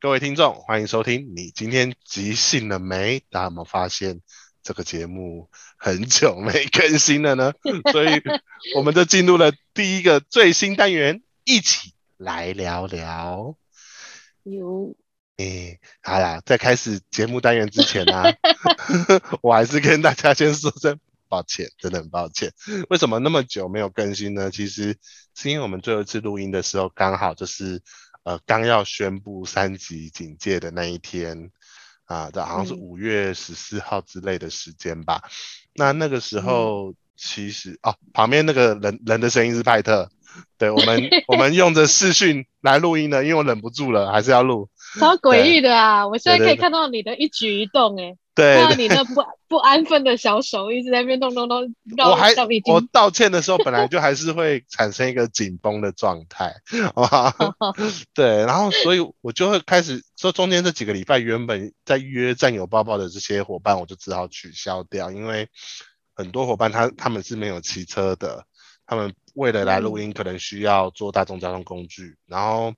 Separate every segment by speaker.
Speaker 1: 各位听众，欢迎收听。你今天即兴了没？大家有没有发现这个节目很久没更新了呢？ 所以我们就进入了第一个最新单元，一起来聊聊。
Speaker 2: 有
Speaker 1: 诶、好啦，在开始节目单元之前呢、啊， 我还是跟大家先说声抱歉，真的很抱歉。为什么那么久没有更新呢？其实是因为我们最后一次录音的时候，刚好就是呃刚要宣布三级警戒的那一天啊，这、好像是
Speaker 2: 嗯
Speaker 1: 五月十四号之类的时间吧。那那个时候其实哦，旁边那个人人的声音是派特。对我们，我们用着视讯来录音的，因为我忍不住了，还是要录。
Speaker 2: 超诡异的啊！我现在
Speaker 1: 对
Speaker 2: 可
Speaker 1: 对
Speaker 2: 以看到你的一举一动、欸，
Speaker 1: 对，
Speaker 2: 看到你那不不安分的小手一直在那边动动动，绕
Speaker 1: 我还
Speaker 2: 绕已
Speaker 1: 我
Speaker 2: 经
Speaker 1: 道歉的时候，本来就还是会产生一个紧绷的状态，好 吧？对，然后所以我就会开始说，中间这几个礼拜原本在约战友抱抱的这些伙伴，我就只好取消掉，因为很多伙伴他他们是没有骑车的，他们为了来录音
Speaker 2: 嗯
Speaker 1: 可能需要坐大众交通工具，然后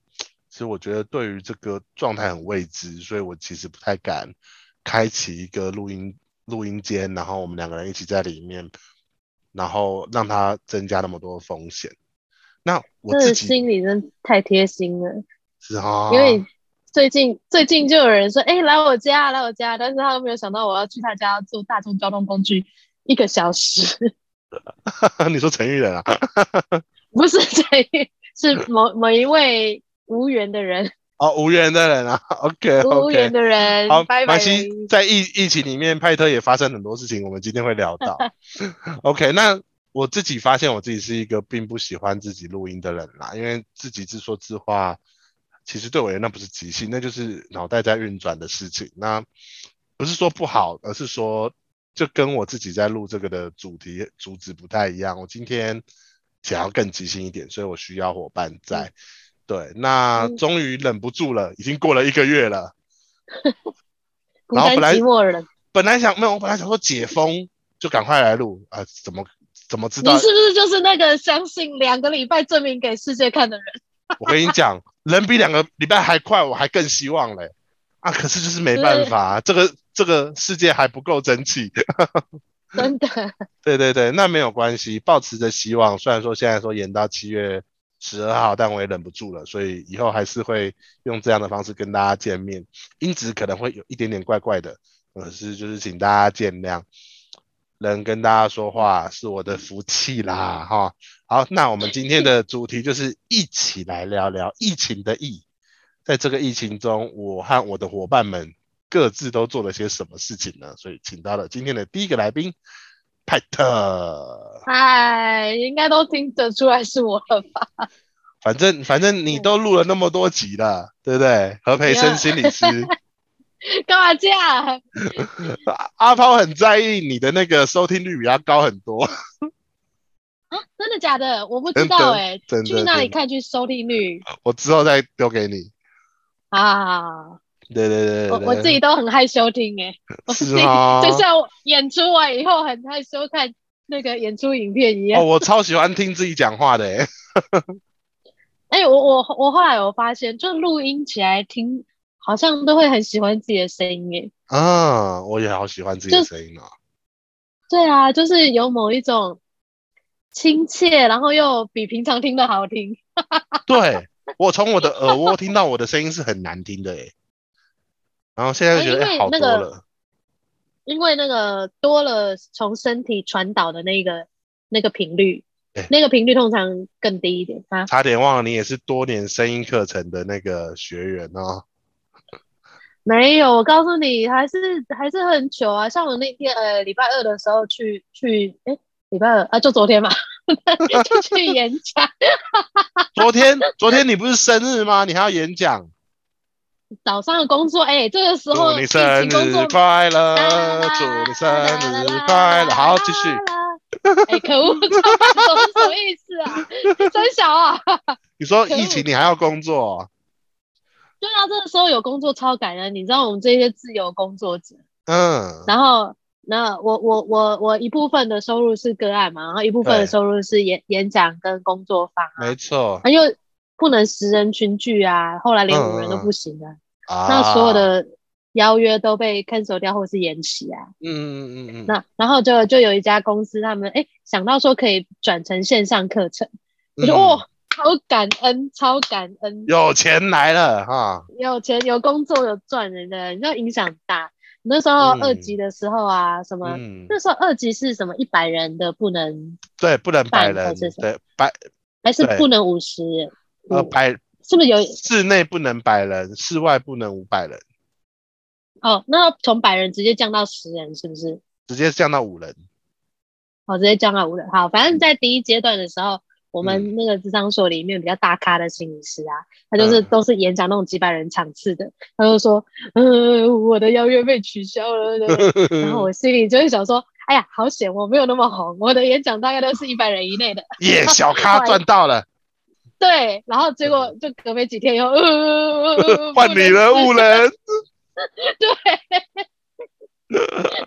Speaker 1: 其实我觉得对于这个状态很未知，所以我其实不太敢开启一个录音录音间，然后我们两个人一起在里面，然后让它增加那么多风险。那我
Speaker 2: 真
Speaker 1: 自
Speaker 2: 的
Speaker 1: 己
Speaker 2: 心里真的太贴心了，
Speaker 1: 是啊，
Speaker 2: 因为最近最近就有人说，哎、来我家，来我家，但是他都没有想到我要去他家坐大众交通工具一个小时，
Speaker 1: 你说陈玉仁啊，
Speaker 2: 不是这一是某某一位无缘 的人，
Speaker 1: 哦，无缘的人啊，OK
Speaker 2: 无缘
Speaker 1: OK，
Speaker 2: 的人
Speaker 1: 好，，
Speaker 2: 拜拜
Speaker 1: 马。西在疫疫情里面，派特也发生很多事情，我们今天会聊 到。OK，那我自己发现我自己是一个并不喜欢自己录音的人啦，因为自己自说自话，其实对我而言那不是即兴，那就是脑袋在运转的事情。那不是说不好，而是说就跟我自己在录这个的主题主旨不太一样。我今天想要更即兴一点，所以我需要伙伴在。对，那
Speaker 2: 嗯
Speaker 1: 终于忍不住了，已经过了一个月了。
Speaker 2: 孤
Speaker 1: 然后
Speaker 2: 单
Speaker 1: 本来
Speaker 2: 寂寞人，
Speaker 1: 本来想没有，我本来想说解封就赶快来录啊、怎么怎么知
Speaker 2: 你
Speaker 1: 道？
Speaker 2: 是不是就是那个相信两个礼拜证明给世界看的人？
Speaker 1: 我跟你讲，人比两个礼拜还快，我还更希望嘞啊！可是就是没办法、啊这个这个世界还不够争气。
Speaker 2: 真的，
Speaker 1: 对对对，那没有关系，抱持着希望。虽然说现在说延到七月十二号，但我也忍不住了，所以以后还是会用这样的方式跟大家见面。音质可能会有一点点怪怪的，可是就是请大家见谅。能跟大家说话是我的福气啦，哈。好，那我们今天的主题就是一起来聊聊疫情的疫。在这个疫情中，我和我的伙伴们各自都做了些什么事情呢？所以请到了今天的第一个来宾，派特。
Speaker 2: 哎，应该都听得出来是我 了吧？
Speaker 1: 反正反正你都录了那么多集了，对不对？何培生心理师，
Speaker 2: 干嘛这样？啊
Speaker 1: 阿阿抛很在意你的那个收听率比他高很多，
Speaker 2: 真的假的？我不知道哎、
Speaker 1: 真的。
Speaker 2: 去那
Speaker 1: 真的
Speaker 2: 里看去收听率
Speaker 1: 我之后再丢给你。
Speaker 2: 啊？
Speaker 1: 对对对对
Speaker 2: 我
Speaker 1: 对哦
Speaker 2: 我自己都很害羞听哎、我自
Speaker 1: 是
Speaker 2: 己
Speaker 1: 吗？
Speaker 2: 就像我演出完以后很害羞看那个演出影片一
Speaker 1: 哦，
Speaker 2: 样。
Speaker 1: 我超喜欢听自己讲话的、欸，
Speaker 2: 哎、我我我后来有发现，就录音起来听，好像都会很喜欢自己的声音哎、
Speaker 1: 啊，我也好喜欢自己的声音哦。
Speaker 2: 对啊，就是有某一种亲切，然后又比平常听的好听。
Speaker 1: 对，我从我的耳蜗听到我的声音是很难听的、欸，然后现在就觉得、
Speaker 2: 哎
Speaker 1: 欸
Speaker 2: 因为
Speaker 1: 好多
Speaker 2: 那个
Speaker 1: 了，
Speaker 2: 因为那个多了从身体传导的那个那个频率
Speaker 1: 对，
Speaker 2: 那个频率通常更低一点啊。
Speaker 1: 差点忘了你也是多年声音课程的那个学员哦。
Speaker 2: 没有，我告诉你，还是还是很久啊。像我那天呃礼拜二的时候去去，哎，礼拜二啊，就昨天嘛， 就去演讲，
Speaker 1: 昨天昨天你不是生日吗？你还要演讲，
Speaker 2: 早上的工作，哎，这个时候
Speaker 1: 祝哦你
Speaker 2: 疫
Speaker 1: 生
Speaker 2: 情工
Speaker 1: 日
Speaker 2: 作。
Speaker 1: 快乐
Speaker 2: 啦
Speaker 1: 呃
Speaker 2: 啦，
Speaker 1: 祝你生
Speaker 2: 啦啦啦
Speaker 1: 日
Speaker 2: 啦
Speaker 1: 快乐。
Speaker 2: 啦
Speaker 1: 好，
Speaker 2: 啦
Speaker 1: 继续。
Speaker 2: 啦。 哎，可恶，这是什么意思 啊？真小啊！
Speaker 1: 你说
Speaker 2: 可恶
Speaker 1: 疫情你还要工作，
Speaker 2: 对啊，这个时候有工作超感恩，你知道我们这些自由工作者，
Speaker 1: 嗯，
Speaker 2: 然后那我我我我一部分的收入是个案嘛，然后一部分
Speaker 1: 对
Speaker 2: 的收入是演演讲跟工作坊啊，
Speaker 1: 没错，
Speaker 2: 那又不能十人群聚啊，后来连五人都不行啊，
Speaker 1: 啊，
Speaker 2: 那所有的邀约都被 cancel 掉或是延期啊。
Speaker 1: 嗯嗯嗯嗯嗯，
Speaker 2: 那然后就就有一家公司，他们哎、诶想到说可以转成线上课程，我就
Speaker 1: 嗯
Speaker 2: 哇、好感恩，超感恩，
Speaker 1: 有钱来了哈，
Speaker 2: 有钱有工作有赚人的，你知道影响很大。那时候
Speaker 1: 嗯
Speaker 2: 二级的时候啊，什么、
Speaker 1: 嗯，
Speaker 2: 那时候二级是什么一百人的不能，
Speaker 1: 对，不能百
Speaker 2: 办
Speaker 1: 人
Speaker 2: 或是，什么
Speaker 1: 对，百
Speaker 2: 还是
Speaker 1: 对
Speaker 2: 不能五十人？
Speaker 1: 呃
Speaker 2: 嗯
Speaker 1: 百
Speaker 2: 是不是有
Speaker 1: 室内不能百人，室外不能五百人，
Speaker 2: 哦？那从百人直接降到十人，是不是？
Speaker 1: 直接降到五人。
Speaker 2: 哦，直接降到五人。好，反
Speaker 1: 嗯
Speaker 2: 正在第一阶段的时候，我们那个智商所里面比较大咖的心理师啊，他就是
Speaker 1: 嗯
Speaker 2: 都是演讲那种几百人场次的，他就说，呃，我的邀约被取消了。 然后我心里就会想说，哎呀，好险，我没有那么红，我的演讲大概都是一百人以内的。
Speaker 1: 耶，小咖赚到了，
Speaker 2: 对，然后结果就隔没几天以后，呃，
Speaker 1: 嗯换你了，
Speaker 2: 不能
Speaker 1: 五人。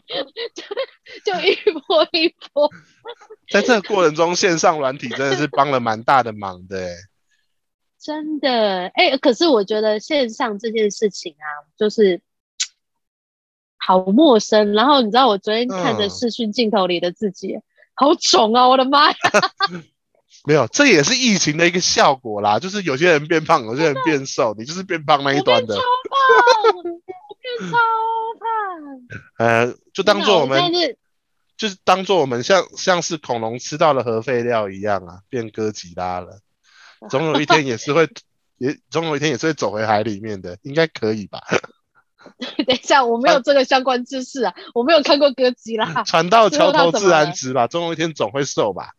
Speaker 2: 就一波一波。
Speaker 1: 在这个过程中，线上软体真的是帮了蛮大的忙的欸。
Speaker 2: 真的，哎、可是我觉得线上这件事情啊，就是好陌生。然后你知道，我昨天看着
Speaker 1: 嗯
Speaker 2: 视讯镜头里的自己，好肿啊！我的妈呀，
Speaker 1: 没有，这也是疫情的一个效果啦，就是有些人变胖，有些人变瘦，你就是变胖那一
Speaker 2: 我
Speaker 1: 端
Speaker 2: 变
Speaker 1: 的
Speaker 2: 超。胖，我变超胖。
Speaker 1: 呃，就当做我
Speaker 2: 天哪
Speaker 1: 们
Speaker 2: 真的是
Speaker 1: 就是当做我们像像是恐龙吃到了核废料一样啊，变哥吉拉了，总有一天也是会也总有一天也是会走回海里面的，应该可以吧？
Speaker 2: 等一下，我没有这个相关知识啊，我没有看过歌姬啦，
Speaker 1: 船到桥头
Speaker 2: 最后到什
Speaker 1: 自
Speaker 2: 么
Speaker 1: 然
Speaker 2: 了
Speaker 1: 直吧，总有一天总会瘦吧？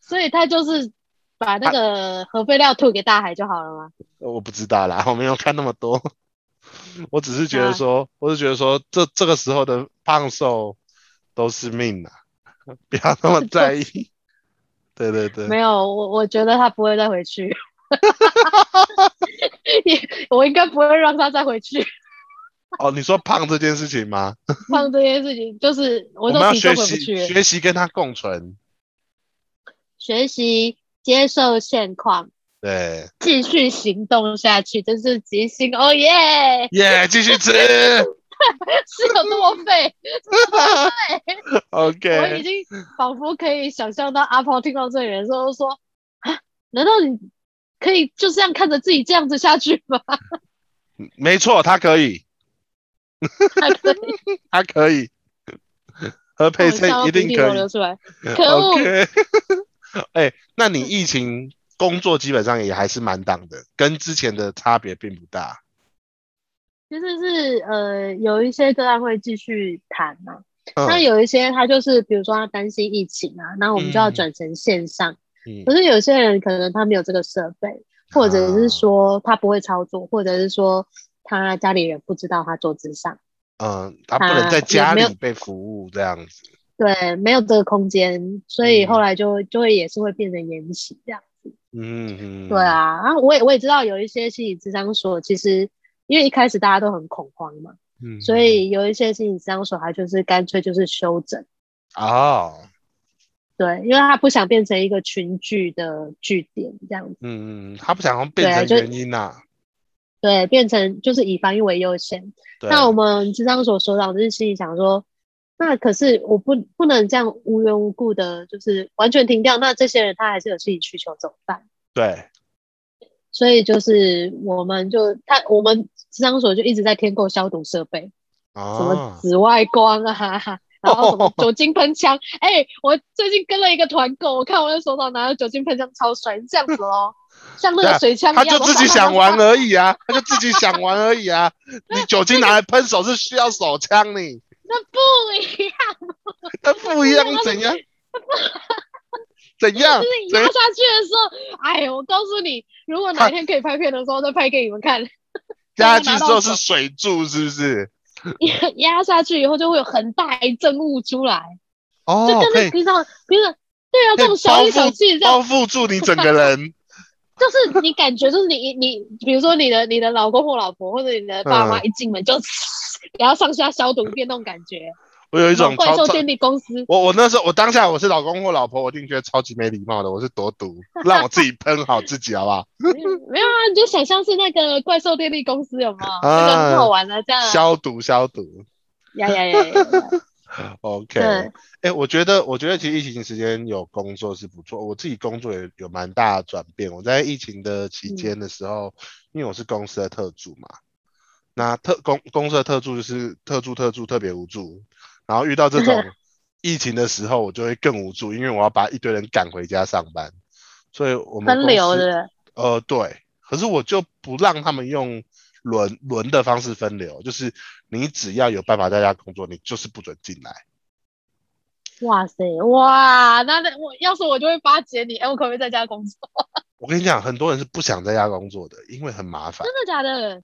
Speaker 2: 所以他就是把
Speaker 1: 啊
Speaker 2: 那个核废料吐给大海就好了吗？
Speaker 1: 呃我不知道啦，我没有看那么多， 我只是觉得
Speaker 2: 啊
Speaker 1: 说，我是觉得说，这这个时候的胖瘦都是命啊，不要 那么在意。 对对对，
Speaker 2: 没有，我我觉得他不会再回去。 也，我应该不会让他再回去。
Speaker 1: 哦，你说胖这件事情吗？
Speaker 2: 胖这件事情，就是我
Speaker 1: 们
Speaker 2: 说
Speaker 1: 要
Speaker 2: 体重
Speaker 1: 学
Speaker 2: 回不
Speaker 1: 习
Speaker 2: 去，
Speaker 1: 学习跟它共存，
Speaker 2: 学习接受现况，
Speaker 1: 对，
Speaker 2: 继续行动下去，真是即兴哦耶！
Speaker 1: 耶、继续吃
Speaker 2: 是有多 废？我已
Speaker 1: ，OK，
Speaker 2: 经仿佛可以想象到阿婆听到这里的时候说：“啊，难道你可以就这样看着自己这样子下去吗？
Speaker 1: 没错，它可以，它可以， 和培
Speaker 2: 笑到
Speaker 1: 生一
Speaker 2: 鼻
Speaker 1: 定
Speaker 2: 涕
Speaker 1: 可
Speaker 2: 都
Speaker 1: 以
Speaker 2: 流出来。可恶
Speaker 1: OK，哎、那你疫情工作基本上也还是满档的，跟之前的差别并不大。
Speaker 2: 其实是呃，有一些个案会继续谈嘛、那
Speaker 1: 嗯
Speaker 2: 有一些他就是，比如说他担心疫情啊，那我们就要
Speaker 1: 嗯
Speaker 2: 转成线上。
Speaker 1: 嗯啊
Speaker 2: 可是有些人可能他没有这个设备，或者是说他不会操作，或者是说他家里人不知道他做智商，
Speaker 1: 嗯，他不能在
Speaker 2: 啊
Speaker 1: 家
Speaker 2: 也没有
Speaker 1: 里被服务这样子。
Speaker 2: 对，没有这个空间，所以
Speaker 1: 嗯
Speaker 2: 后来就就会也是会变成延期这样。
Speaker 1: 嗯，嗯
Speaker 2: 对，啊，然后我也我也知道有一些心理智商所其实。因为一开始大家都很恐慌嘛，
Speaker 1: 嗯
Speaker 2: 所以有一些心理智商所，他就是干脆就是休整，
Speaker 1: 哦，
Speaker 2: 对，因为他不想变成一个群聚的据点这样子，
Speaker 1: 嗯嗯，他不想要变
Speaker 2: 对啊
Speaker 1: 成
Speaker 2: 就
Speaker 1: 原因呐、
Speaker 2: 对，变成就是以防疫为优先，
Speaker 1: 对，
Speaker 2: 那我们智商所所长就是心里想说，那可是我不不能这样无缘无故的，就是完全停掉。那这些人他还是有心理需求，怎么办？
Speaker 1: 对，
Speaker 2: 所以就是我们就他我们智商所就一直在添购消毒设备，什么
Speaker 1: 哦，
Speaker 2: 紫外光啊。然后 什么酒精喷枪？哎、我最近跟了一个团购，我看我的手上拿着酒精喷枪超帅，这样 子哦，像那个水枪一
Speaker 1: 他
Speaker 2: 样。
Speaker 1: 就自己
Speaker 2: 我
Speaker 1: 想玩而已啊，他就自己想玩而已 啊。你酒精拿来喷手是需要手枪你，
Speaker 2: 那不一样，
Speaker 1: 那不一样
Speaker 2: 啊
Speaker 1: 怎样？怎样
Speaker 2: 就？是你
Speaker 1: 怎
Speaker 2: 压
Speaker 1: 样
Speaker 2: 下去的时候，哎，我告诉你，如果哪一天可以拍片的时候，再拍给你们看。
Speaker 1: 压下去之后是水柱，是不是？
Speaker 2: 压压下去以后，就会有很大一阵雾出来，
Speaker 1: 哦
Speaker 2: 就跟
Speaker 1: 可
Speaker 2: 那
Speaker 1: 以
Speaker 2: 平常平常对啊，
Speaker 1: 可以
Speaker 2: 这种小里小气这
Speaker 1: 包
Speaker 2: 样，
Speaker 1: 覆住你整个 人。
Speaker 2: 就是你感觉就是你你比如说你的你的老公或老婆或者你的爸妈
Speaker 1: 嗯
Speaker 2: 一进门就，然后上下消毒一遍那种感觉，
Speaker 1: 我有一种
Speaker 2: 怪
Speaker 1: 超
Speaker 2: 兽
Speaker 1: 超
Speaker 2: 电力公司，
Speaker 1: 我我那时候我当下我是老公或老婆，我一定觉得超级没礼貌的，我是多 毒，让我自己喷好自己好不好？
Speaker 2: 没有没有啊，你就想象是那个怪兽电力公司有没有？
Speaker 1: 啊
Speaker 2: 那个很好玩啊，这样啊，
Speaker 1: 消毒消毒
Speaker 2: 呀呀呀呀 呀，呀
Speaker 1: ，OK。
Speaker 2: 对
Speaker 1: 哎、我觉得我觉得其实疫情时间有工作是不错，我自己工作也有蛮大的转变。我在疫情的期
Speaker 2: 嗯
Speaker 1: 间的时候，因为我是公司的特助嘛，那特公公司的特助就是特助特助特别无助，然后遇到这 种疫情的时候，我就会更无助，因为我要把一堆人赶回家上班，所以我们
Speaker 2: 分
Speaker 1: 公
Speaker 2: 流
Speaker 1: 司
Speaker 2: 的，
Speaker 1: 呃，对，可是我就不让他们用轮轮的方式分流，就是你只要有办法在家工作，你就是不准进来。
Speaker 2: 哇塞，哇，那那我要是我就会巴结你，哎，我可不可以在家工作？
Speaker 1: 我跟你讲，很多人是不想在家工作的，因为很麻烦
Speaker 2: 真。的假的？哦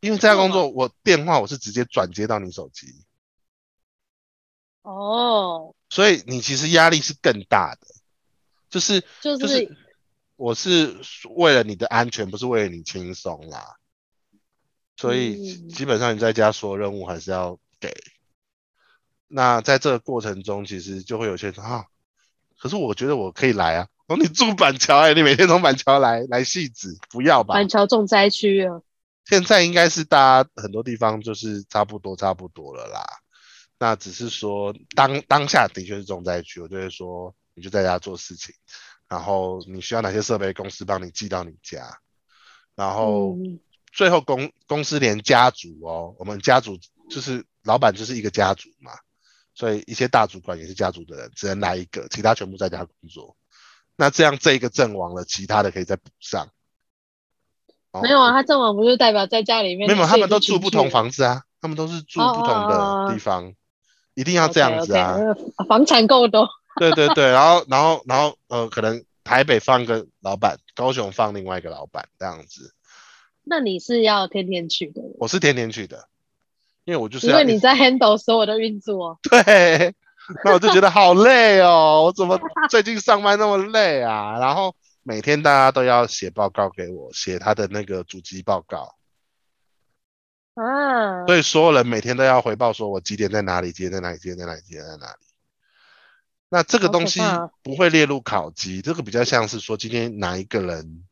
Speaker 1: 因为在家
Speaker 2: 为什
Speaker 1: 工作，我电话我是直接转接到你手机，
Speaker 2: 哦，
Speaker 1: 所以你其实压力是更大的。就是
Speaker 2: 就
Speaker 1: 就是是，我是为了你的安全，不是为了你轻松啦。所以
Speaker 2: 嗯
Speaker 1: 基本上你在家所有任务还是要给。那在这个过程中，其实就会有些人说啊，可是我觉得我可以来啊。哦，你住板桥哎、你每天从板桥来来戏子，不要吧？
Speaker 2: 板桥重灾区啊，
Speaker 1: 现在应该是大家很多地方就是差不多差不多了啦。那只是说当当下的确是重灾区，我就会说你就在家做事情，然后你需要哪些设备，公司帮你寄到你家。然后
Speaker 2: 嗯
Speaker 1: 最后公公司连家族哦，我们家族就是老板就是一个家族嘛，所以一些大主管也是家族的人，只能来一个，其他全部在家工作。那这样这一个阵亡了，其他的可以再补上。哦
Speaker 2: 没有啊，他正网不就代表在家里面？
Speaker 1: 没有，
Speaker 2: 所以
Speaker 1: 他们
Speaker 2: 就
Speaker 1: 都
Speaker 2: 群
Speaker 1: 住不
Speaker 2: 聚
Speaker 1: 同
Speaker 2: 了，
Speaker 1: 房子啊，他们都是住不同
Speaker 2: 哦哦哦
Speaker 1: 的地方，一定要这样子啊。
Speaker 2: OK，OK，呃房产够多，
Speaker 1: 对对对，然后然后然后呃，可能台北放一个老板，高雄放另外一个老板这样子。
Speaker 2: 那你是要天天去的，
Speaker 1: 我是天天去的，因为我就是啊
Speaker 2: 因
Speaker 1: 要
Speaker 2: 为
Speaker 1: 一
Speaker 2: 你在 handle 所有的运作。
Speaker 1: 对，那我就觉得好累哦，我怎么最近上班那么累啊？然后每天大家都要写报告给我，写他的那个主机报告，
Speaker 2: 啊，
Speaker 1: 所以所有人每天都要回报说我几点在哪里，几点在哪里，几点在哪里，几点在哪里。那这个
Speaker 2: 好可
Speaker 1: 东西
Speaker 2: 怕哦
Speaker 1: 不会列入考级，这个比较像是说今天哪一个人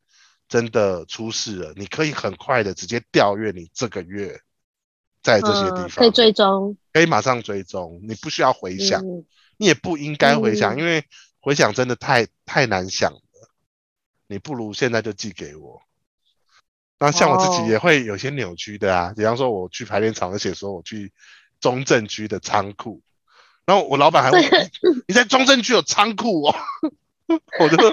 Speaker 1: 真的出事了，你可以很快的直接调阅你这个月在这些地方，
Speaker 2: 嗯可以追踪，
Speaker 1: 可以马上追踪，你不需要回想。
Speaker 2: 嗯
Speaker 1: 你也不应该回想，
Speaker 2: 嗯
Speaker 1: 因为回想真的太太难想了。你不如现在就寄给我。那像我自
Speaker 2: 哦
Speaker 1: 己也会有些扭曲的啊，比方说我去排练场，而且说我去中正区的仓库，然后我老板还 问我你你在中正区有仓库哦， 我就说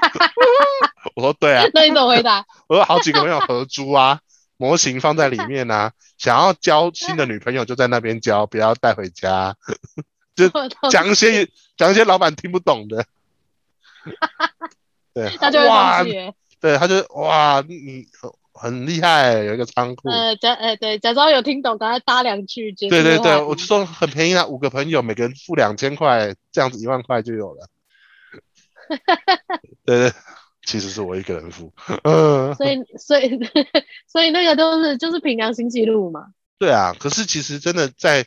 Speaker 1: 我说对啊，
Speaker 2: 那你怎么回答？
Speaker 1: 我有好几个朋友合租啊，模型放在里面啊，想要交新的女朋友就在那边交，不要带回家、就
Speaker 2: 我懂
Speaker 1: 讲一些讲一些老板听不懂的。对，
Speaker 2: 那就会
Speaker 1: 哇
Speaker 2: 放，弃。
Speaker 1: 对，他就哇，你很很厉害，有一个仓库。
Speaker 2: 呃，假呃对，假装有听懂，赶快搭两句。结束
Speaker 1: 对对
Speaker 2: 话
Speaker 1: 对，
Speaker 2: 题
Speaker 1: 我就说很便宜啊，五个朋友每个人付两千块，这样子一万块就 有了。对对，其实是我一个人付。嗯，
Speaker 2: 所以所以所以那个都是就是凭良心记录嘛。
Speaker 1: 对啊，可是其实真的在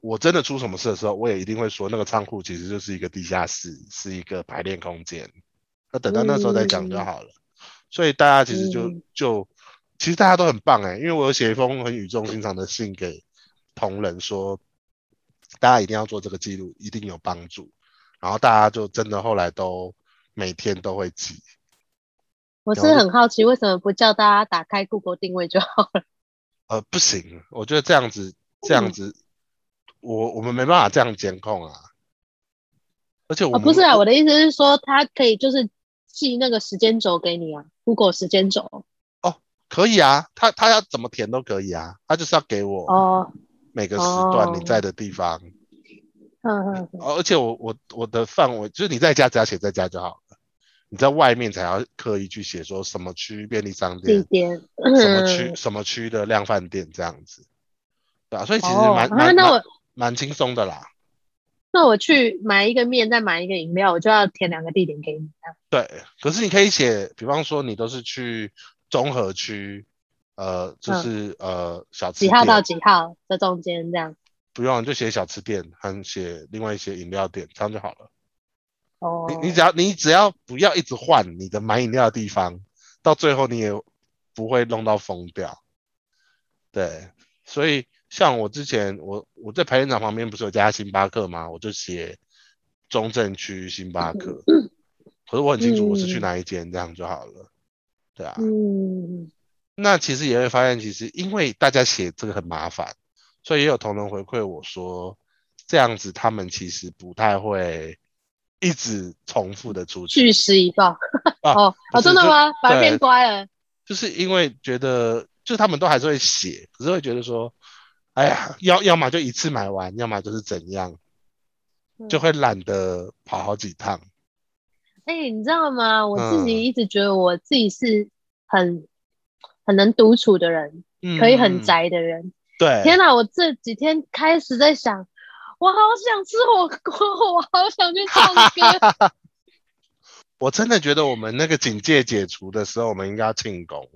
Speaker 1: 我真的出什么事的时候，我也一定会说那个仓库其实就是一个地下室，是一个排练空间。那等到那时候再讲就好了。所以大家其实就
Speaker 2: 嗯
Speaker 1: 就其实大家都很棒哎、因为我有写一封很语重心长的信给同仁说，大家一定要做这个记录，一定有帮助。然后大家就真的后来都每天都会记。
Speaker 2: 我是很好奇，为什么不叫大家打开 Google 定位就好了？
Speaker 1: 呃，不行，我觉得这样子，这样
Speaker 2: 嗯
Speaker 1: 子，我我们没办法这样监控啊。而且我
Speaker 2: 哦，
Speaker 1: 们、
Speaker 2: 不是啊，我的意思是说，它可以就是记那个时间轴给你啊，Google 时间轴。
Speaker 1: 可以啊，他他要怎么填都可以啊，他就是要给我
Speaker 2: 哦，
Speaker 1: 每个时段你
Speaker 2: 哦
Speaker 1: 在的地方，
Speaker 2: 嗯嗯，嗯
Speaker 1: 哦而且我我我的范围就是你在家只要写在家就好了，你在外面才要刻意去写说什么区便利商
Speaker 2: 地
Speaker 1: 店，
Speaker 2: 点。
Speaker 1: 什啊么区
Speaker 2: 嗯
Speaker 1: 什么区的量贩店这样子，对啊，所以其实
Speaker 2: 哦
Speaker 1: 蛮、
Speaker 2: 啊，
Speaker 1: 蛮
Speaker 2: 那
Speaker 1: 蛮
Speaker 2: 我
Speaker 1: 蛮轻松的啦。
Speaker 2: 那我去买一个面，再买一个饮料，我就要填两个地点给你。啊
Speaker 1: 对，可是你可以写，比方说你都是去中和区，呃，就是、呃小吃
Speaker 2: 几号
Speaker 1: 店
Speaker 2: 到几号在中间这样？
Speaker 1: 不用，你就写小吃店，还写另外一些饮料店，这样就好了。
Speaker 2: 哦，
Speaker 1: 你你只要你只要不要一直换你的买饮料的地方，到最后你也不会弄到疯掉。对，所以像我之前我我在排练场旁边不是有家星巴克吗？我就写中正区星巴克，可是我很清楚我是去哪一间，这样就好了。对啊，
Speaker 2: 嗯，
Speaker 1: 那其实也会发现，其实因为大家写这个很麻烦，所以也有同仁回馈我说，这样子他们其实不太会一直重复的出去，
Speaker 2: 据实以报。
Speaker 1: 啊
Speaker 2: 哦
Speaker 1: 不
Speaker 2: 哦，
Speaker 1: 是
Speaker 2: 真的
Speaker 1: 就
Speaker 2: 吗？反而
Speaker 1: 对
Speaker 2: 变乖了。
Speaker 1: 就是因为觉得就他们都还是会写，可是会觉得说，哎呀，要要么就一次买完，要么就是怎样，
Speaker 2: 嗯
Speaker 1: 就会懒得跑好几趟。
Speaker 2: 哎、你知道吗？我自
Speaker 1: 嗯
Speaker 2: 己一直觉得我自己是很很能独处的人，
Speaker 1: 嗯
Speaker 2: 可以很。宅的人。
Speaker 1: 对，
Speaker 2: 天哪、我这几天开始在想，我好想吃火锅，我好想去 唱歌。
Speaker 1: 我真的觉得我们那个警戒解除的时候，我们应该要庆功。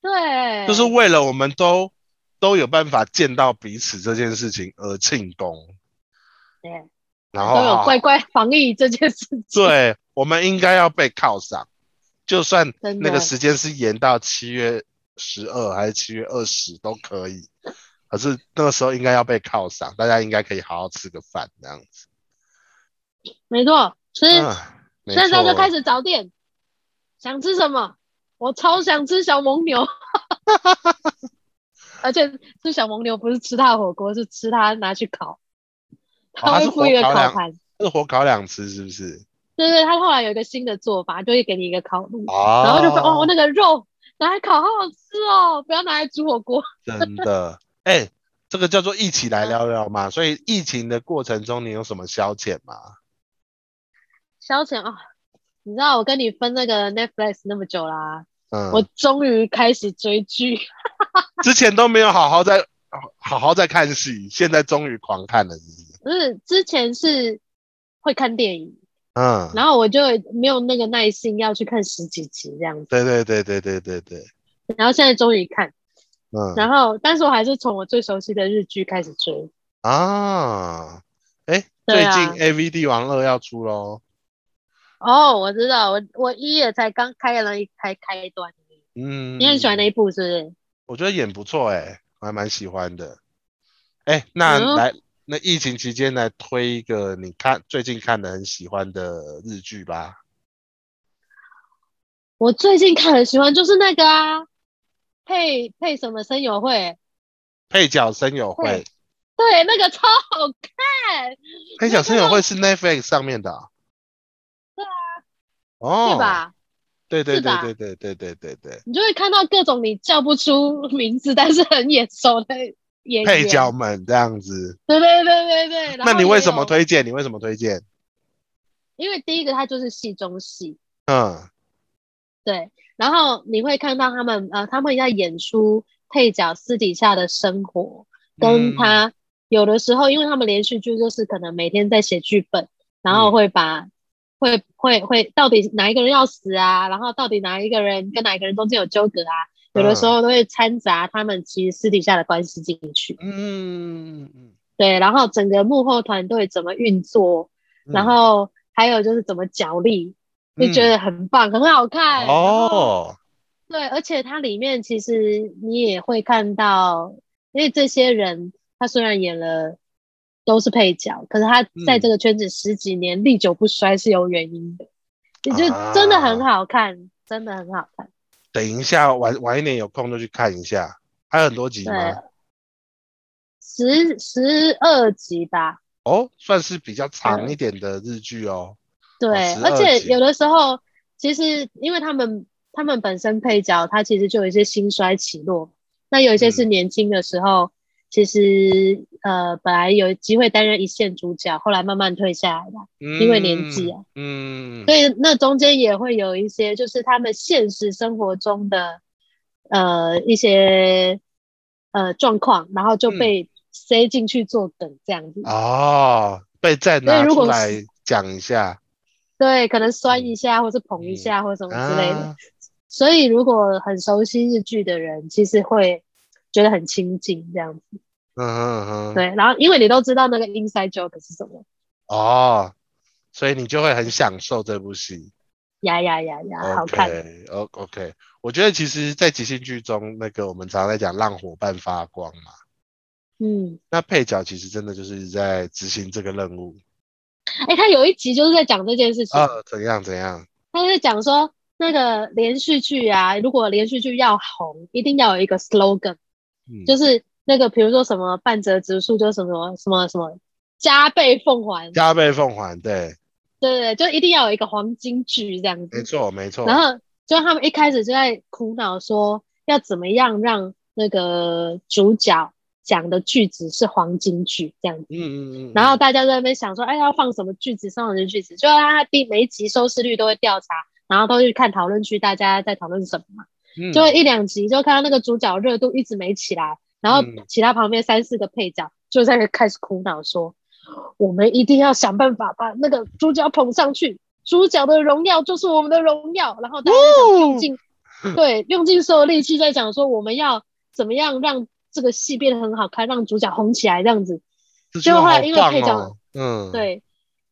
Speaker 2: 对，
Speaker 1: 就是为了我们都都有办法见到彼此这件事情而庆功，
Speaker 2: 对
Speaker 1: 然后
Speaker 2: 都有
Speaker 1: 哦好
Speaker 2: 乖乖防疫这件事情。
Speaker 1: 对，我们应该要被犒赏，就算
Speaker 2: 真的
Speaker 1: 那个时间是延到七月十二还是七月二十都可以，可是那个时候应该要被犒赏，大家应该可以好好吃个饭这样子。
Speaker 2: 没错，吃。
Speaker 1: 嗯，没
Speaker 2: 现在就
Speaker 1: 错
Speaker 2: 开始找店，想吃什么？我超想吃小蒙牛， 而且吃小蒙牛不是吃它的火锅，是吃它拿去烤。它
Speaker 1: 哦它
Speaker 2: 会
Speaker 1: 是
Speaker 2: 附一
Speaker 1: 火
Speaker 2: 个
Speaker 1: 烤
Speaker 2: 烤
Speaker 1: 两
Speaker 2: 盘，
Speaker 1: 是火烤两次是不是？
Speaker 2: 对对，它后来有一个新的做法，就会给你一个烤炉，
Speaker 1: 哦，
Speaker 2: 然后就说哦，那个肉拿来烤，好好吃哦，不要拿来煮火锅。
Speaker 1: 真 的，哎、这个叫做一起来聊聊
Speaker 2: 嗯
Speaker 1: 嘛。所以疫情的过程中，你有什么消遣吗？
Speaker 2: 消遣啊、你知道我跟你分那个 Netflix 那么久啦、
Speaker 1: 嗯，
Speaker 2: 我终于开始追剧。
Speaker 1: 之前都没有好好在好好在看戏，现在终于狂看了，是不是？
Speaker 2: 不是之前是会看电影，
Speaker 1: 嗯，
Speaker 2: 然后我就没有那个耐心要去看十几集这样子，
Speaker 1: 对对对对对对对，
Speaker 2: 然后现在终于看，
Speaker 1: 嗯
Speaker 2: 然后但是我还是从我最熟悉的日剧开始追。
Speaker 1: 啊，哎、
Speaker 2: 对
Speaker 1: 最
Speaker 2: 啊
Speaker 1: 近 A V 帝王二要出喽，
Speaker 2: 哦，我知道，我我一也才刚开了一才开端而已，
Speaker 1: 嗯，
Speaker 2: 你很喜欢那
Speaker 1: 那？
Speaker 2: 一部是不是？
Speaker 1: 我觉得演不错哎、我还蛮喜欢的。哎、那
Speaker 2: 嗯
Speaker 1: 来，那疫情期间来推一个你看最近看的很喜欢的日剧吧。
Speaker 2: 我最近看很喜欢就是那个啊，配配什么森友会，
Speaker 1: 配角声友会
Speaker 2: 会，对，那个超好看，
Speaker 1: 配角声友会是 Netflix 上面的、啊。
Speaker 2: 对
Speaker 1: 啊。哦。
Speaker 2: 是？吧？
Speaker 1: 对对
Speaker 2: 是
Speaker 1: 对
Speaker 2: 吧
Speaker 1: 对对对对对对。
Speaker 2: 你就会看到各种你叫不出名字，但是很眼熟的演员。
Speaker 1: 配角们这样子，
Speaker 2: 对对对对对。然
Speaker 1: 那
Speaker 2: 后
Speaker 1: 你
Speaker 2: 也
Speaker 1: 为什么
Speaker 2: 有
Speaker 1: 推荐？你为什么推荐？
Speaker 2: 因为第一个它就是戏中戏，
Speaker 1: 嗯
Speaker 2: 对，然后你会看到他们呃，他们要演出配角私底下的生活，跟
Speaker 1: 嗯
Speaker 2: 他、有的时候，因为他们连续剧就是可能每天在写剧本，然后
Speaker 1: 嗯
Speaker 2: 会把、会会会到底哪一个人要死啊，然后到底哪一个人跟哪一个人中间有纠葛啊，有的时
Speaker 1: 嗯
Speaker 2: 候都会掺杂他们其实私底下的关系进去，
Speaker 1: 嗯，嗯
Speaker 2: 对，然后整个幕后团队怎么运作，
Speaker 1: 嗯
Speaker 2: 然后还有就是怎么角力，就觉、得很棒，很好看。
Speaker 1: 嗯、
Speaker 2: 然后
Speaker 1: 哦，
Speaker 2: 对，而且它里面其实你也会看到，因为这些人他虽然演了都是配角，可是他在这个圈子十几年历久不衰是有原因的，也就真的很好看，真的很好看。
Speaker 1: 等一下晚晚一点有空就去看一下，还有很多集
Speaker 2: 对
Speaker 1: 吗？，
Speaker 2: 十十二集吧，
Speaker 1: 哦，算是比
Speaker 2: 嗯
Speaker 1: 较长一点的日剧哦。
Speaker 2: 对，
Speaker 1: 12
Speaker 2: 而且
Speaker 1: 集
Speaker 2: 有的时候其实因为他们他们本身配角他其实就有一些兴衰起落，那有一些是
Speaker 1: 嗯
Speaker 2: 年轻的时候，其实呃本来有机会担任一线主角，后来慢慢退下来的，
Speaker 1: 嗯
Speaker 2: 因为年纪啊
Speaker 1: 嗯，嗯，
Speaker 2: 所以那中间也会有一些就是他们现实生活中的呃一些呃状况，然后就
Speaker 1: 嗯
Speaker 2: 被塞进去做梗这样子。
Speaker 1: 哦，被再拿
Speaker 2: 对如
Speaker 1: 出
Speaker 2: 果是
Speaker 1: 来讲一下
Speaker 2: 对，可能酸一下，或是捧一下，或什么之类的。
Speaker 1: 嗯啊，
Speaker 2: 所以如果很熟悉日剧的人，其实会觉得很亲近这样子。
Speaker 1: 嗯哼嗯哼，
Speaker 2: 对，然后因为你都知道那个 inside joke 是什么，
Speaker 1: 哦，所以你就会很享受这部戏。
Speaker 2: 呀呀呀呀，好看。
Speaker 1: OK，O OK，我觉得其实，在即兴剧中，那个我们常常在讲让伙伴发光嘛，
Speaker 2: 嗯，
Speaker 1: 那配角其实真的就是在执行这个任务。
Speaker 2: 哎、他有一集就是在讲这件事情，
Speaker 1: 啊，怎样怎样？
Speaker 2: 他就在讲说那个连续剧啊，如果连续剧要红，一定要有一个 slogan，
Speaker 1: 嗯，
Speaker 2: 就是那个比如说什么半折直树，就是什么什么什么加倍奉还，
Speaker 1: 加倍奉还，对，
Speaker 2: 对对对，就一定要有一个黄金句这样
Speaker 1: 没
Speaker 2: 子。
Speaker 1: 错没错。
Speaker 2: 然后就他们一开始就在苦恼说，要怎么样让那个主角讲的句子是黄金句这样子。
Speaker 1: 嗯嗯嗯，
Speaker 2: 然后大家在那边想说，哎，要放什么句子，放什么句子，就他第每一集收视率都会调查，然后都去看讨论区大家在讨论什么嘛，
Speaker 1: 嗯
Speaker 2: 就会一两集就看到那个主角热度一直没起来，然后
Speaker 1: 嗯
Speaker 2: 其他旁边三四个配角就在开始苦恼说，我们一定要想办法把那个主角捧上去，主角的荣耀就是我们的荣耀，然后大家就想用尽、
Speaker 1: 嗯
Speaker 2: 对用尽所有力气在讲说我们要怎么样让这个戏变得很好看，让主角红起来这样子。
Speaker 1: 这
Speaker 2: 结
Speaker 1: 句
Speaker 2: 果后
Speaker 1: 话
Speaker 2: 来
Speaker 1: 好
Speaker 2: 因为
Speaker 1: 棒
Speaker 2: 配角
Speaker 1: 哦，嗯，，
Speaker 2: 对，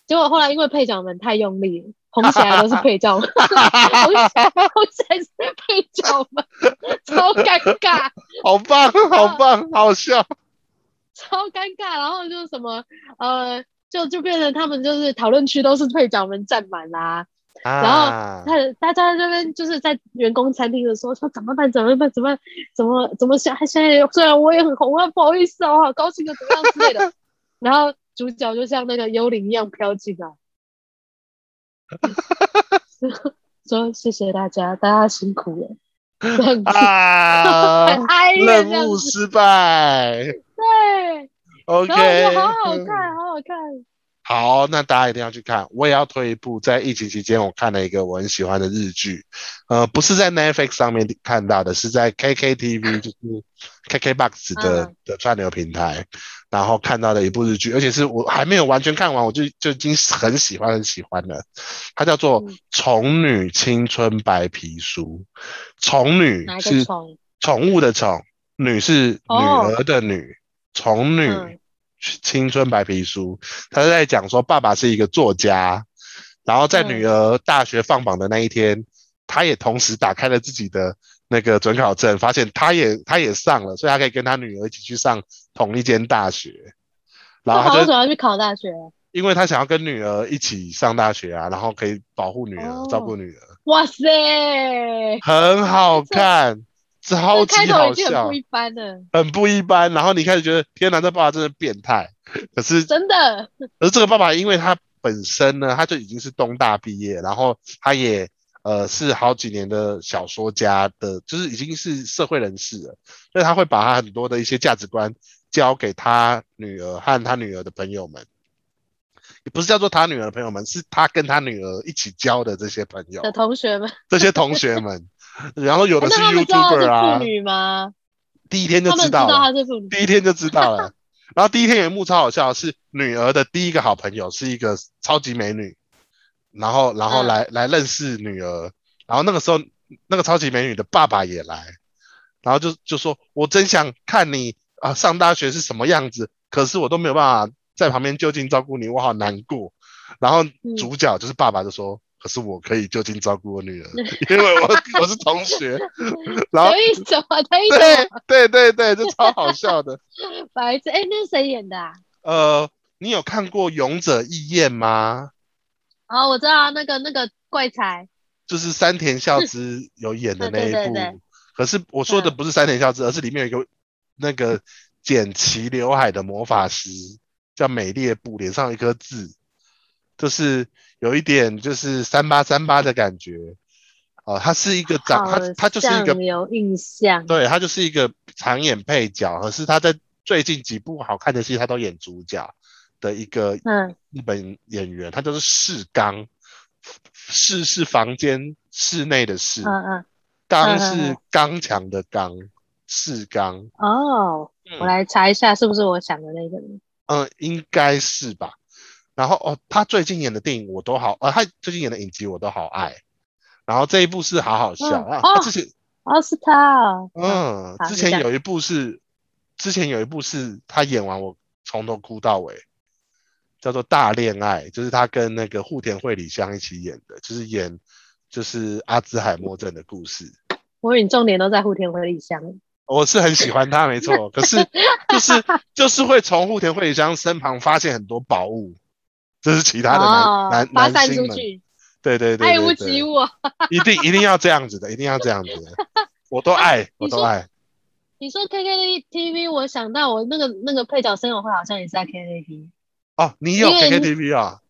Speaker 2: 结果后来因为配角们太用力了，红起来都是 配角们，红红起来是配角们，超尴尬，
Speaker 1: 好棒好棒，好笑，
Speaker 2: 超尴尬。然后就是什么呃，就就变成他们就是讨论区都是配角们占满啦、
Speaker 1: 然
Speaker 2: 后
Speaker 1: 后
Speaker 2: 他大家在那边就是在员工餐厅的时候说怎么办怎么办怎么办怎么怎么想，现在虽然我也很红啊，不好意思啊，我好高兴的怎么样之类 的。然后主角就像那个幽灵一样飘进来，说谢谢大家，大家辛苦了，这样子
Speaker 1: 啊
Speaker 2: 很，哀怨这
Speaker 1: 任
Speaker 2: 样
Speaker 1: 务
Speaker 2: 子，
Speaker 1: 失败
Speaker 2: 对。然后我
Speaker 1: ，OK，
Speaker 2: 觉得好好
Speaker 1: 嗯
Speaker 2: 看，好好看，
Speaker 1: 好，那大家一定要去看。我也要推一部，在疫情期间我看了一个我很喜欢的日剧，呃，不是在 Netflix 上面看到的，是在 KKTV，就是 KKBox 的、
Speaker 2: 嗯
Speaker 1: 的串流平台，然后看到的一部日剧，而且是我还没有完全看完，我就就已经很喜欢很喜欢了。它叫做
Speaker 2: 嗯
Speaker 1: 《宠女青春白皮书》，宠女
Speaker 2: 哪一个
Speaker 1: 是
Speaker 2: 虫？
Speaker 1: 宠物的宠，女是女
Speaker 2: 哦
Speaker 1: 儿的女，宠女。
Speaker 2: 嗯
Speaker 1: 青春白皮书，他在讲说爸爸是一个作家，然后在
Speaker 2: 嗯
Speaker 1: 女儿大学放榜的那一天，他也同时打开了自己的那个准考证，发现他也他也上了，所以他可以跟他女儿一起去上同一间大学，然后
Speaker 2: 那好
Speaker 1: 他
Speaker 2: 为
Speaker 1: 就
Speaker 2: 什么要去考大学？哦
Speaker 1: 因为他想要跟女儿一起上大学啊，然后可以保护女儿，
Speaker 2: 哦
Speaker 1: 照顾女儿，
Speaker 2: 哇塞，
Speaker 1: 很好看，超
Speaker 2: 这
Speaker 1: 级
Speaker 2: 开头
Speaker 1: 好
Speaker 2: 已经很
Speaker 1: 笑
Speaker 2: 不，一般了，
Speaker 1: 很不一般。然后你开始觉得天哪，这爸爸真的变态，可是
Speaker 2: 真的。
Speaker 1: 而这个爸爸，因为他本身呢，他就已经是东大毕业，然后他也呃是好几年的小说家的，就是已经是社会人士了，所以他会把他很多的一些价值观交给他女儿和他女儿的朋友们，也不是叫做他女儿的朋友们，是他跟他女儿一起交的这些朋友
Speaker 2: 的、同学们，
Speaker 1: 这些同学 们，然后有的
Speaker 2: 那
Speaker 1: 是
Speaker 2: 他们知道她
Speaker 1: YouTuber
Speaker 2: 是
Speaker 1: 啊
Speaker 2: 妇，女吗？
Speaker 1: 第一天就
Speaker 2: 他们
Speaker 1: 知
Speaker 2: 知
Speaker 1: 道啊
Speaker 2: 道
Speaker 1: 了。
Speaker 2: 她是妇女，
Speaker 1: 第一天就知道了。然后第一天有一幕超好笑，是女儿的第一个好朋友是一个超级美女，然后然后
Speaker 2: 嗯
Speaker 1: 来、来认识女儿，然后那个时候那个超级美女的爸爸也来，然后就就说我真想看你啊上大学是什么样子，可是我都没有办法在旁边就近照顾你，我好难过。然后
Speaker 2: 嗯
Speaker 1: 主角就是爸爸就说，可是我可以就近照顾我女儿，因为我我是同学。然后
Speaker 2: 等于什么？等于什
Speaker 1: 对对对对，就超好笑的。
Speaker 2: 么？白痴！哎，那是谁演的啊？
Speaker 1: 呃，你有看过《勇者义彦》吗？
Speaker 2: 哦，我知道啊那个那个怪才，
Speaker 1: 就是山田孝之有演的那一
Speaker 2: 嗯对对
Speaker 1: 部。
Speaker 2: 对对
Speaker 1: 可是我说的
Speaker 2: 嗯
Speaker 1: 不是山田孝之，而是里面有一个那个剪齐刘海的魔法师，叫美列布，脸上有一颗痣，就是有一点就是三八三八的感觉。呃，他是一个长，
Speaker 2: 好
Speaker 1: 他他就是一个
Speaker 2: 像哦有印象。
Speaker 1: 对他就是一个常演配角，可是他在最近几部好看的戏，他都演主角的一个
Speaker 2: 嗯，
Speaker 1: 日本演员，他就是室刚，室是房间室内的室，
Speaker 2: 嗯嗯，
Speaker 1: 刚
Speaker 2: 嗯嗯
Speaker 1: 是
Speaker 2: 嗯
Speaker 1: 刚强的刚，室刚，
Speaker 2: 哦，我来查一下是不是我想的那个人。
Speaker 1: 嗯，应该是吧。然后哦，他最近演的电影我都好，呃，他最近演的影集我都好爱。然后这一部是好好笑，
Speaker 2: 嗯
Speaker 1: 啊，
Speaker 2: 哦
Speaker 1: 之前
Speaker 2: 哦，是他哦。
Speaker 1: 嗯
Speaker 2: 好，
Speaker 1: 之
Speaker 2: 你
Speaker 1: 前
Speaker 2: 讲
Speaker 1: 有一部是之前有一部是他演完我从头哭到尾，叫做《大恋爱》，就是他跟那个户田惠里香一起演的，就是演就是阿兹海默症的故事。
Speaker 2: 我以为你重点都在户田惠里香，
Speaker 1: 我是很喜欢他，没错，可是就是就是会从户田惠里香身旁发现很多宝物，这是其他的男、
Speaker 2: 哦
Speaker 1: 男
Speaker 2: 发
Speaker 1: 男
Speaker 2: 散
Speaker 1: 星
Speaker 2: 出
Speaker 1: 们，
Speaker 2: 去，
Speaker 1: 对对对对
Speaker 2: 爱屋
Speaker 1: 对
Speaker 2: 及乌啊。
Speaker 1: 一定一定要这样子的，一定要这样子的，我都 爱，我都
Speaker 2: 说
Speaker 1: 爱。
Speaker 2: 你说 KKTV，我想到我那个那个配角森友会好像也是在 KKTV，
Speaker 1: 哦，你有
Speaker 2: 因为
Speaker 1: KKTV 啊？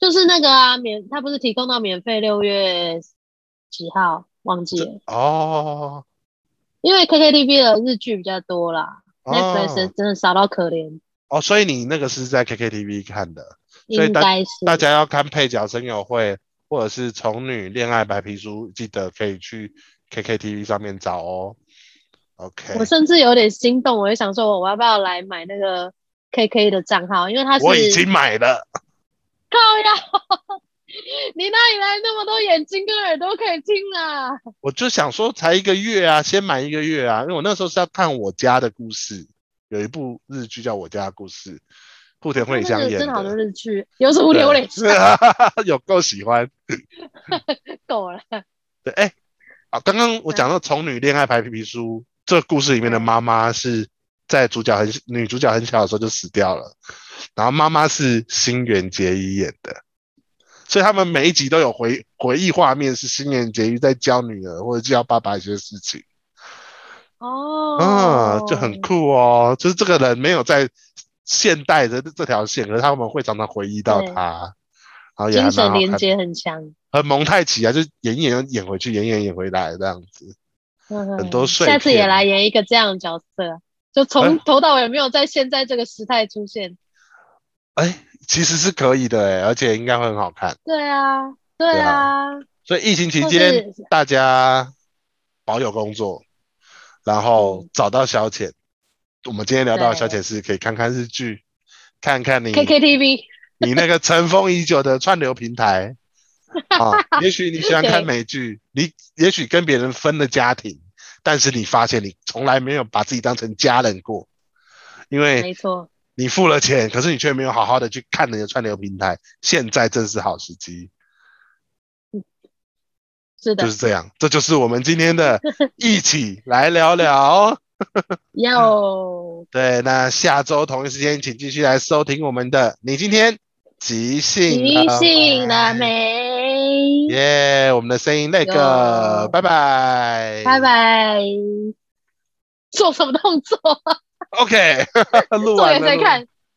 Speaker 2: 就是那个啊免，他不是提供到免费六月几号忘记了，
Speaker 1: 哦，
Speaker 2: 因为 KKTV 的日剧比较多啦、n e t f l i
Speaker 1: 哦
Speaker 2: x 真的少到可怜，
Speaker 1: 哦，所以你那个是在 KKTV 看的，所以
Speaker 2: 应
Speaker 1: 大
Speaker 2: 该是
Speaker 1: 大家要看配角声友会或者是宠女恋爱白皮书，记得可以去 KKTV 上面找哦。OK，
Speaker 2: 我甚至有点心动，我就想说，我要不要来买那个 KK 的账号？因为他是
Speaker 1: 我已经买了，
Speaker 2: 靠呀， 你哪里来那么多眼睛跟耳朵可以听啊？
Speaker 1: 我就想说才一个月啊，先买一个月啊，因为我那时候是要看我家的故事，有一部日剧叫《我家的故事》，户田惠
Speaker 2: 那
Speaker 1: 里香
Speaker 2: 个
Speaker 1: 演
Speaker 2: 真的好
Speaker 1: 的
Speaker 2: 多。日剧，有什么流 泪
Speaker 1: 是 有够喜欢。
Speaker 2: 够了。
Speaker 1: 对，哎、啊，刚刚我讲到《宠女恋爱白皮书》这个故事里面的
Speaker 2: 嗯
Speaker 1: 妈妈是在主角很女主角很小的时候就死掉了，然后妈妈是新垣结衣演的，所以他们每一集都有回回忆画面，是新垣结衣在教女儿或者教爸爸一些事情。啊
Speaker 2: 哦，，
Speaker 1: 就啊很酷哦。就是这个人没有在现代的这条线，可是他们会常常回忆到
Speaker 2: 对
Speaker 1: 他，然后也还
Speaker 2: 精
Speaker 1: 蛮好
Speaker 2: 神
Speaker 1: 看
Speaker 2: 连
Speaker 1: 的。
Speaker 2: 接很强，
Speaker 1: 很蒙太奇啊，就演一演又演回去，演一演演回来这样子。
Speaker 2: 很
Speaker 1: 多碎
Speaker 2: 嗯下次也
Speaker 1: 片
Speaker 2: 来演一个这样的角色，就
Speaker 1: 嗯
Speaker 2: 从头到尾没有在现在这个时代出现。
Speaker 1: 哎，其实是可以的哎，而且应该会很好看。
Speaker 2: 对啊，对
Speaker 1: 对
Speaker 2: 啊，
Speaker 1: 所以疫情期
Speaker 2: 或
Speaker 1: 间，
Speaker 2: 是
Speaker 1: 大家保有工作，然后
Speaker 2: 嗯
Speaker 1: 找到消遣。我们今天聊到的消
Speaker 2: 对
Speaker 1: 遣是可以看看日剧，看看你
Speaker 2: KKTV
Speaker 1: 你那个尘封已久的串流平 台啊，也许你喜欢看
Speaker 2: 对
Speaker 1: 美剧，你也许跟别人分了家庭，但是你发现你从来没有把自己当成家人过，因为
Speaker 2: 没错，
Speaker 1: 你付了钱，可是你却没有好好的去看你的串流平台。现在正是好时机，
Speaker 2: 是的
Speaker 1: 就是，这样。这就是我们今天 的一起来聊聊。
Speaker 2: 要
Speaker 1: 对，那下周同一时间，请继续来收听我们的。你今天即兴
Speaker 2: 即兴了
Speaker 1: 了没？
Speaker 2: 没？
Speaker 1: 耶我们的声音那个
Speaker 2: 哟，
Speaker 1: 拜拜，
Speaker 2: 拜。拜。做什么动作？
Speaker 1: OK，录
Speaker 2: 做
Speaker 1: 完
Speaker 2: 给
Speaker 1: 了，
Speaker 2: 谁看？